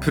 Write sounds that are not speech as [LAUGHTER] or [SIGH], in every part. プ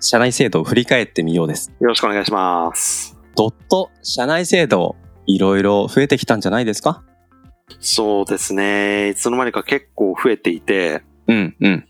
社内制度を振り返ってみようですよろしくお願いします。ドット社内制度いろいろ増えてきたんじゃないですかそうですね。いつの間にか結構増えていて、うんうん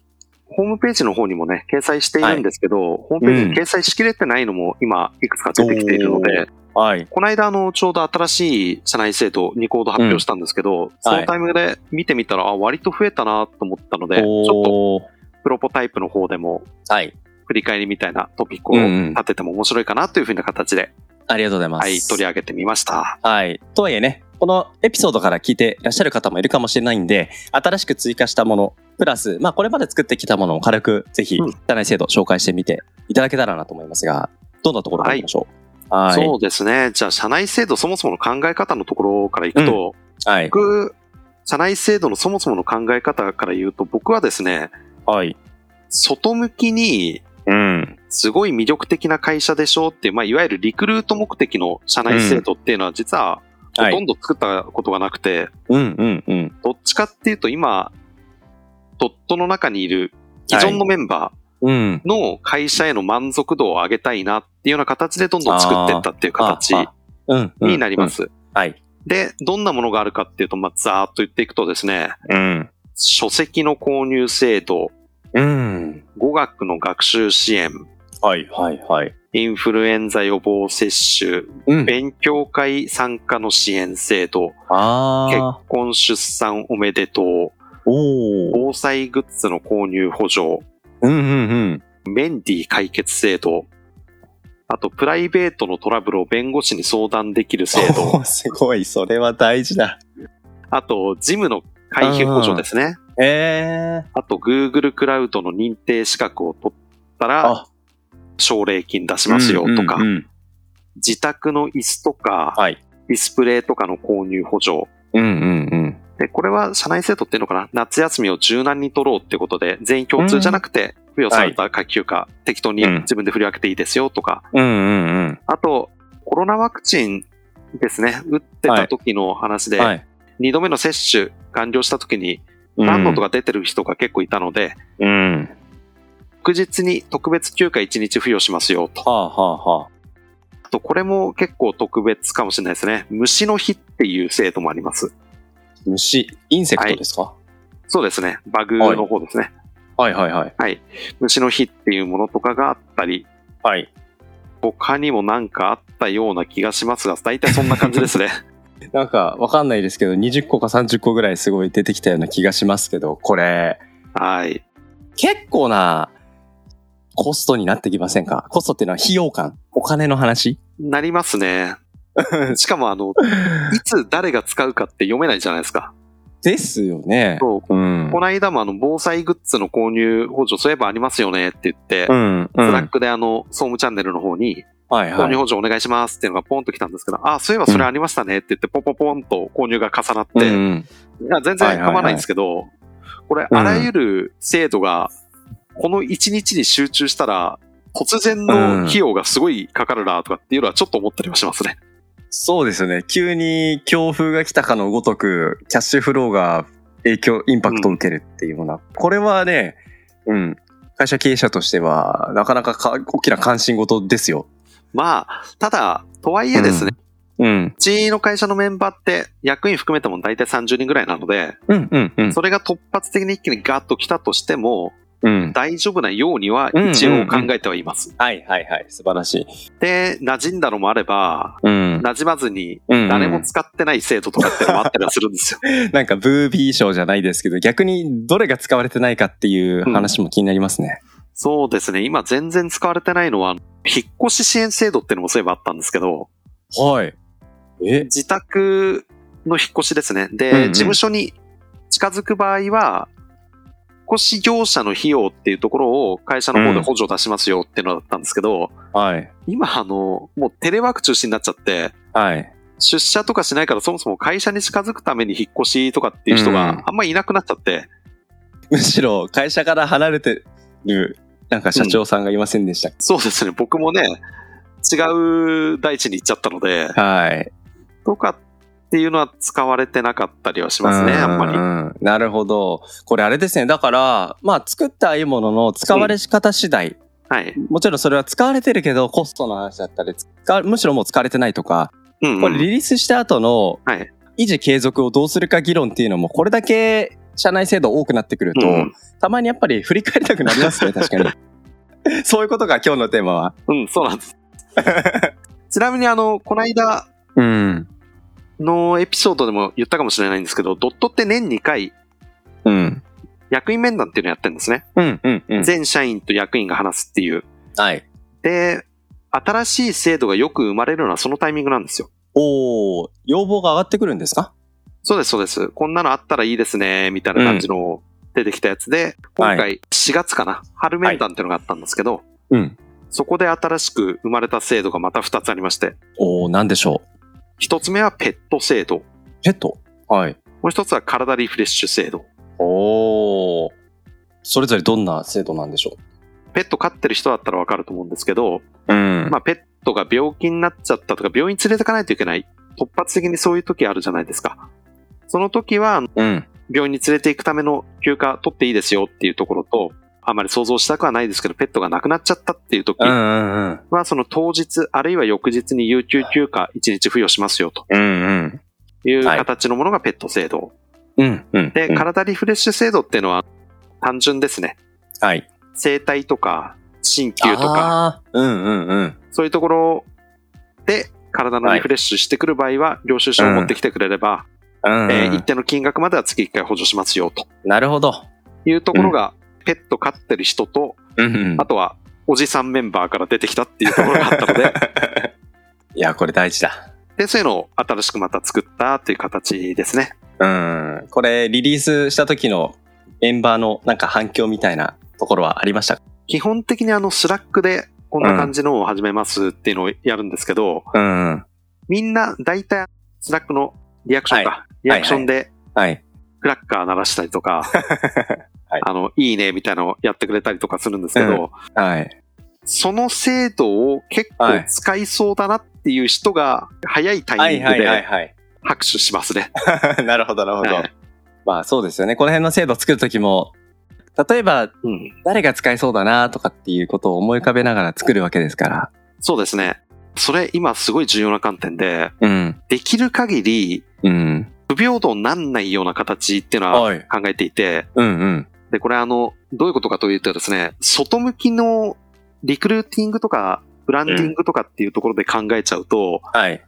ホームページの方にもね、掲載しているんですけど、ホームページに掲載しきれてないのも今、いくつか出てきているので、はいこの間、あの、ちょうど新しい社内制度、ニコード発表したんですけど、そのタイミングで見てみたら、あ、割と増えたなと思ったので、ちょっとおープロポタイプの方でも、はい振り返りみたいなトピックをうんうん立てても面白いかなというふうな形で、ありがとうございますはい、取り上げてみました。はい。とはいえね、このエピソードから聞いていらっしゃる方もいるかもしれないんで、新しく追加したもの、プラス、まあこれまで作ってきたものを軽く、ぜひうん、社内制度紹介してみていただけたらなと思いますが、どんなところからいきましょう。はい。そうですね。じゃあ、社内制度そもそもの考え方のところからいくと、はい。僕、社内制度のそもそもの考え方から言うと、僕はですね、はい。外向きに、うん。すごい魅力的な会社でしょうっていう、まあ、いわゆるリクルート目的の社内制度っていうのは、実は、ほはとい。んど作ったことがなくて、うんうんうん。どっちかっていうと、今、ドットの中にいる既存のメンバうん。ーの会社への満足度を上げたいなっていうような形でどんどん作っていったっていう形あうん。うんになりま。す。はい。で、どんなものがあるかっていうと、まあ、ざーっと言っていくとですね、うん。書籍の購入制度、うん。語学の学習支援、はいはいはい。インフルエンザ予防接種、うん。勉強会参加の支援制度、結ああ。婚出産おめでとう、おお。防災グッズの購入補助、うんうんうん。メンディー解決制度、あとプライベートのトラブルを弁護士に相談できる制度、おー [LAUGHS] すごい。それは大事だ。あと事務の会費補助ですね。ええ。あと Google クラウドの認定資格を取ったら、奨励金出しますよとかうんう、んうん自宅の椅子とか、はい。ディスプレイとかの購入補助。うんうんうん。で、これは社内制度っていうのかな夏休みを柔軟に取ろうってことで、全員共通じゃなくて、付与された下級課、適当にうん自分で振り分けていいですよとか、うんうんあと、コロナワクチンですね、打ってた時の話うで、ん。はい。 2度目の接種完了した時に、何度とか出てる人が結構いたので、うん。うん。翌日に特別休暇1日付与しますよと。はあはあはあと、これも結構特別かもしれないですね。虫の日っていう制度もあります。あ。虫、インセクトですか、そうですね。バグの方ですね。はい、はいはいはい。虫の日っていうものとかがあったり、はい。他にもなんかあったような気がしますが、大体そんな感 [LAUGHS] じですね。なんかわかんないですけど、20個か30個ぐらいすごい出てきたような気がしますけど、これ、はい。結構なコストになってきませんかコストっていうのは費用感、お金の話なりま [LAUGHS] すね。しかも、あの、いつ誰が使うかって読めないじゃないですか。ですよね。そう。うんこ。の間もあの、防災グッズの購入補助そういえばありますよねって言って、うん。うスラッん。クであの、総務チャンネルの方に、はい購は入い。補助お願いしますっていうのがポンと来たんですけど、あ、そういえばそれありましたねって言って、ポンポンポンと購入が重なって、うんいうん、や全然構わないんですけど、これ、うんあらゆる制度が、この一日に集中したら、突然の費用がすごいかかるなとかっていうのはちょっと思ったりはしますね。そうですよね。急に強風が来たかのごとく、キャッシュフローが影響、インパクトを受けるっていうような。これはね、うん。会社経営者としては、なかなかか大きな関心事ですよ。まあ、ただ、とはいえですね、うんう。ちの会社のメンバーって役員含めても大体30人ぐらいなので、うんうんうん。それが突発的に一気にガーッと来たとしても、うん。大丈夫なようには一応考えてはいます。はいはいはい。素晴らしい。で、馴染んだのもあれば、うん。馴染まずにうん誰も使ってない制度とかってのもあったりはするんですよ。なんかブービー賞じゃないですけど、逆にどれが使われてないかっていう話も気になりますね。そうですね。今全然使われてないのは、引っ越し支援制度ってのもそういえばあったんですけど、はい。え自宅の引っ越しですね。で、うんうん事務所に近づく場合は、越し業者の費用っていうところを会社の方で補助出しますよっていうのだったんですけど、はい。今あの、もうテレワーク中止になっちゃって、はい。出社とかしないからそもそも会社に近づくために引っ越しとかっていう人うんがあんまりいなくなっちゃって、 [LAUGHS] むしろ会社から離れてる、なんか社長さんがいませんでした。そうですね、僕もね、違う大地に行っちゃったので、はい。とかっていうのは使われてなかったりはしますね、うんあんまり。うんなるほど。これあれですね。だから、まあ作ったあいいものの使われ方次第。はい。もちろんそれは使われてるけどコストの話だったり、使わむしろもう使われてないとか、うんうんこれリリースした後のはい維持継続をどうするか議論っていうのもこれだけ社内制度多くなってくると、うんたまにやっぱり振り返りたくなりますね、確かに。 [LAUGHS] そういうことが今日のテーマは。うん、そうなんです。 [LAUGHS] ちなみにあの、この間うん。のエピソードでも言ったかもしれないんですけど、ドットって年2回うん。役員面談っていうのやってるんですね。うん、うん、うん。全社員と役員が話すっていう。はい。で、新しい制度がよく生まれるのはそのタイミングなんですよ。おお、要望が上がってくるんですかそうです、そうです。こんなのあったらいいですね、みたいな感じの出てきたやつで、今は回4月かな、春面談っていうのがあったんですけど、うん。そこで新しく生まれた制度がまた2つありまして、おお、なんでしょう。 1つ目はペット制度、もペットはい。う1つは体リフレッシュ制度。おお。それぞれどんな制度なんでしょペット飼ってる人だったらわかると思うんですけど、ううんまあペットが病気になっちゃったとか、病院連れてかないといけない。突発的にそういう時あるじゃないですか。その時は、うん。病院に連れて行くための休暇取っていいですよっていうところと、あまり想像したくはないですけど、ペットが亡くなっちゃったっていう時うんうは、んうん。その当日、あるいは翌日に有給休暇1日付与しますよとうんうん。いうはい形のものがペット制度。うんうん。で、体リフレッシュ制度っていうのは単純ですね。はい。生体とか、鍼灸とあか、ー。うんうんうん。そういうところで体のリフレッシュしてくる場合は、領収書を持ってきてくれれば、うんうんえー一定の金額までは月1回補助しますよとなるほど。いうところが、ペット飼ってる人とうんうんあとは、おじさんメンバーから出てきたっていうところがあった [LAUGHS] ので、いや、これ大事だ。で、そういうのを新しくまた作ったという形ですね。うん。これ、リリースした時のメンバーのなんか反響みたいなところはありましたか基本的にあの、スラックで、こんな感じのを始めますっていうのをやるんですけど、うんうん。みんな、大体、スラックのリアクションか、リアクションで、はい。クラッカー鳴らしたりとか、 [LAUGHS] はいあの、いいねみたいなのをやってくれたりとかするんですけど、はい。その制度を結構使いそうだなっていう人が、早いタはイいミングはいはいではい。拍手しますね。 [LAUGHS] なるほど、なるほど。はいまあそうですよね。この辺の制度作るときも、例えばうん。誰が使えそうだなとかっていうことを思い浮かべながら作るわけですから。そうですね。それ、今すごい重要な観点で、うん。できる限りうん。。不平等になんないような形っていうのはい考えていて、うんうん。で、これあの、どういうことかというとですね、外向きのリクルーティングとか、ブランディングとかっていうところで考えちゃうと、はい。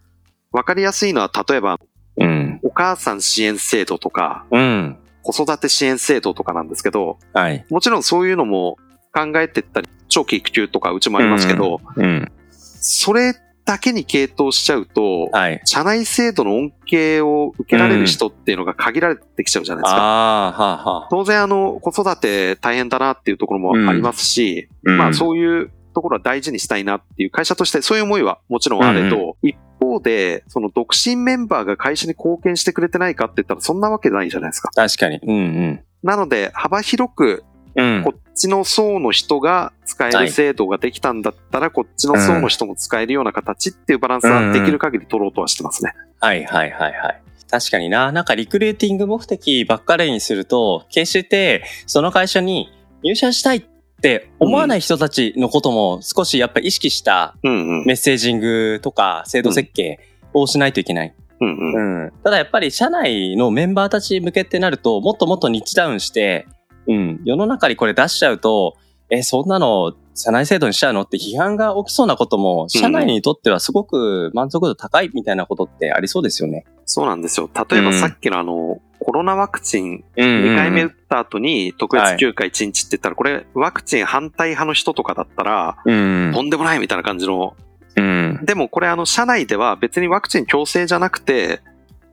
わかりやすいのは例えば、うん。お母さん支援制度とか、うん。子育て支援制度とかなんですけど、はい。もちろんそういうのも考えてったり、長期育休とかうちもありますけど、うん。それだけに傾倒しちゃうと、はい。社内制度の恩恵を受けられる人っていうのが限られてきちゃうじゃないですか。ああ、はあはあ。当然、あの、子育て大変だなっていうところもありますし、まあそういうところは大事にしたいなっていう会社としてそういう思いはもちろんあれと、一方で、その独身メンバーが会社に貢献してくれてないかって言ったらそんなわけないじゃないですか。確かに。うんなので、幅広くうん。うんこっちの層の人が使える制度ができたんだったら、こっちの層の人も使えるような形っていうバランスはできる限り取ろうとはしてますね。はいはいはいはい。確かにな。なんかリクルーティング目的ばっかりにすると、決してその会社に入社したいって思わない人たちのことも少しやっぱ意識したうんうん。メッセージングとか制度設計をしないといけない。うんうん。うんただやっぱり社内のメンバーたち向けってなると、もっともっとニッチダウンして、うん、世の中にこれ出しちゃうと、え、そんなの社内制度にしちゃうのって批判が起きそうなことも、社内にとってはすごく満足度高いみたいなことってありそうですよね。そうなんですよ。例えばさっきのあの、コロナワクチうンん2回目打った後に特別休暇1日って言ったら、これワクチン反対派の人とかだったら、うんとんでもないみたいな感じの。うん。でもこれあの、社内では別にワクチン強制じゃなくて、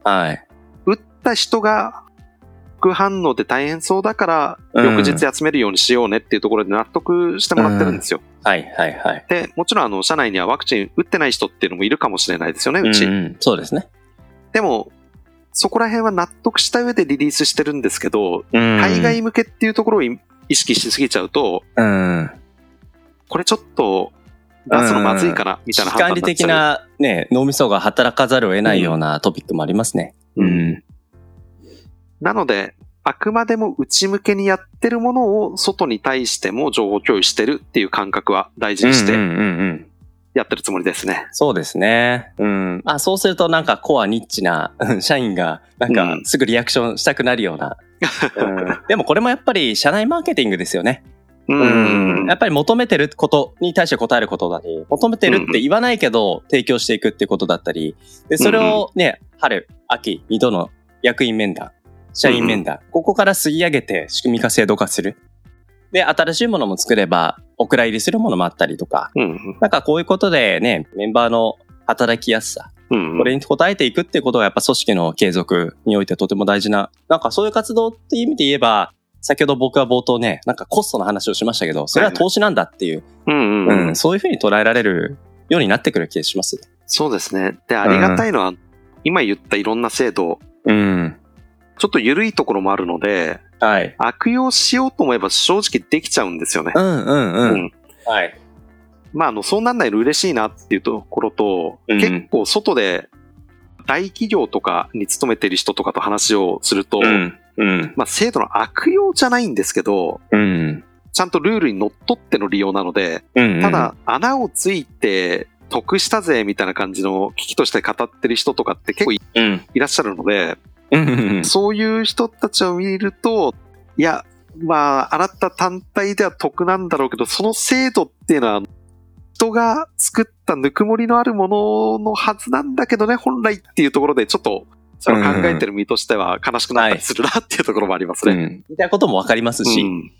はい。打った人が副反応って大変そうだから、うん翌日休めるようにしようねっていうところで納得してもらってるんですよ。はいはいはい。で、もちろんあの、社内にはワクチン打ってない人っていうのもいるかもしれないですよね、うち。うんうんそうですね。でも、そこら辺は納得した上でリリースしてるんですけど、海海外向けっていうところをい意識しすぎちゃうと、うん。これちょっと出すのまずいかな、みたいな機判関断に理なっち的ゃう。なね、脳みそが働かざるを得ないようなトピックもありますね。うん。なので、あくまでも内向けにやってるものを外に対しても情報共有してるっていう感覚は大事にしうんてうんうんうんやってるつもりですね。そうですね。うん。あ、そうするとなんかコアニッチな社員がなんかうんすぐリアクションしたくなるような。 [LAUGHS] うんでもこれもやっぱり社内マーケティングですよね。うんやっぱり求めてることに対して答えることだり、求めてるって言わないけど提供していくってことだったり、で、それをね、春、秋、二度の役員面談、社員面談、ここから吸い上げて仕組み化制度化する。で、新しいものも作れば、お蔵入りするものもあったりとか、うん。なんかこういうことでね、メンバーの働きやすさ、うん。これに応えていくっていうことがやっぱ組織の継続においてとても大事な、なんかそういう活動っていう意味で言えば、先ほど僕は冒頭ね、なんかコストの話をしましたけど、それは投資なんだっていう、うん。うんう。ん、そういうふうに捉えられるようになってくる気がしますね。そうですね。で、ありがたいのは、今言ったいろんな制度、うん。ちょっと緩いところもあるので、はい。悪用しようと思えば正直できちゃうんですよねう。んうんうん。うんはい。まあ、あの、そうなんないの嬉しいなっていうところと、うん結構外で大企業とかに勤めてる人とかと話をすると、ん。うん。まあ、制度の悪用じゃないんですけど、うん。ちゃんとルールにのっとっての利用なので、うんた、だ、穴をついて得したぜみたいな感じの危機として語ってる人とかって結構いうん。らっしゃるので、うんうん。そういう人たちを見ると、いや、まあ、あなた単体では得なんだろうけど、その制度っていうのは、人が作ったぬくもりのあるもののはずなんだけどね、本来っていうところで、ちょっと、それを考えてる身としては悲しくなったりするなっていうところもありますうね。ん。みたいなこともわかりますし、うん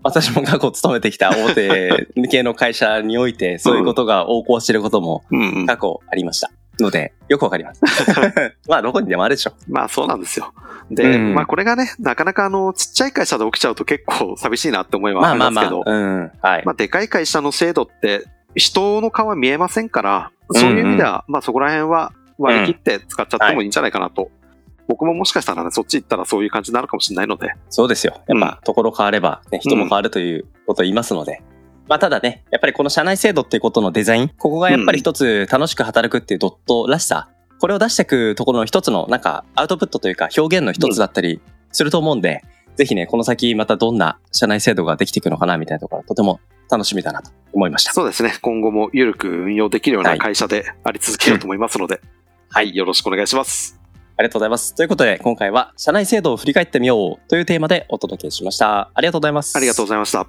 私も過去勤めてきた大手系の会社において、そういうことが横行してることもうんうん過去ありました。ので、よくわかり [LAUGHS] ます。まあ、どこにでもあるでしょ。まあそうなんですよ。で、うんまあこれがね、なかなかあの、ちっちゃい会社で起きちゃうと結構寂しいなって思いはまあありまあますまけあ。ど、うん。はい。まあ、でかい会社の制度って人の顔は見えませんから、そういう意味では、まあそこら辺は割り切って使っちゃってもいいんじゃないかなと。僕ももしかしたらね、そっち行ったらそういう感じになるかもしれないので。そうですよ。やっぱ、ところ変われば、ね、人もうん変わるということを言いますので。まあ、ただね、やっぱりこの社内制度っていうことのデザイン、ここがやっぱり一つ楽しく働くっていうドットらしさ、これを出していくところの一つの、なんか、アウトプットというか、表現の一つだったりすると思うんで、ぜひね、この先またどんな社内制度ができていくのかな、みたいなところ、とても楽しみだなと思いました。そうですね。今後も緩く運用できるようはない会社であり続けようと思いますので、はい、よろしくお願いします。ありがとうございます。ということで、今回は、社内制度を振り返ってみようというテーマでお届けしました。ありがとうございます。ありがとうございました。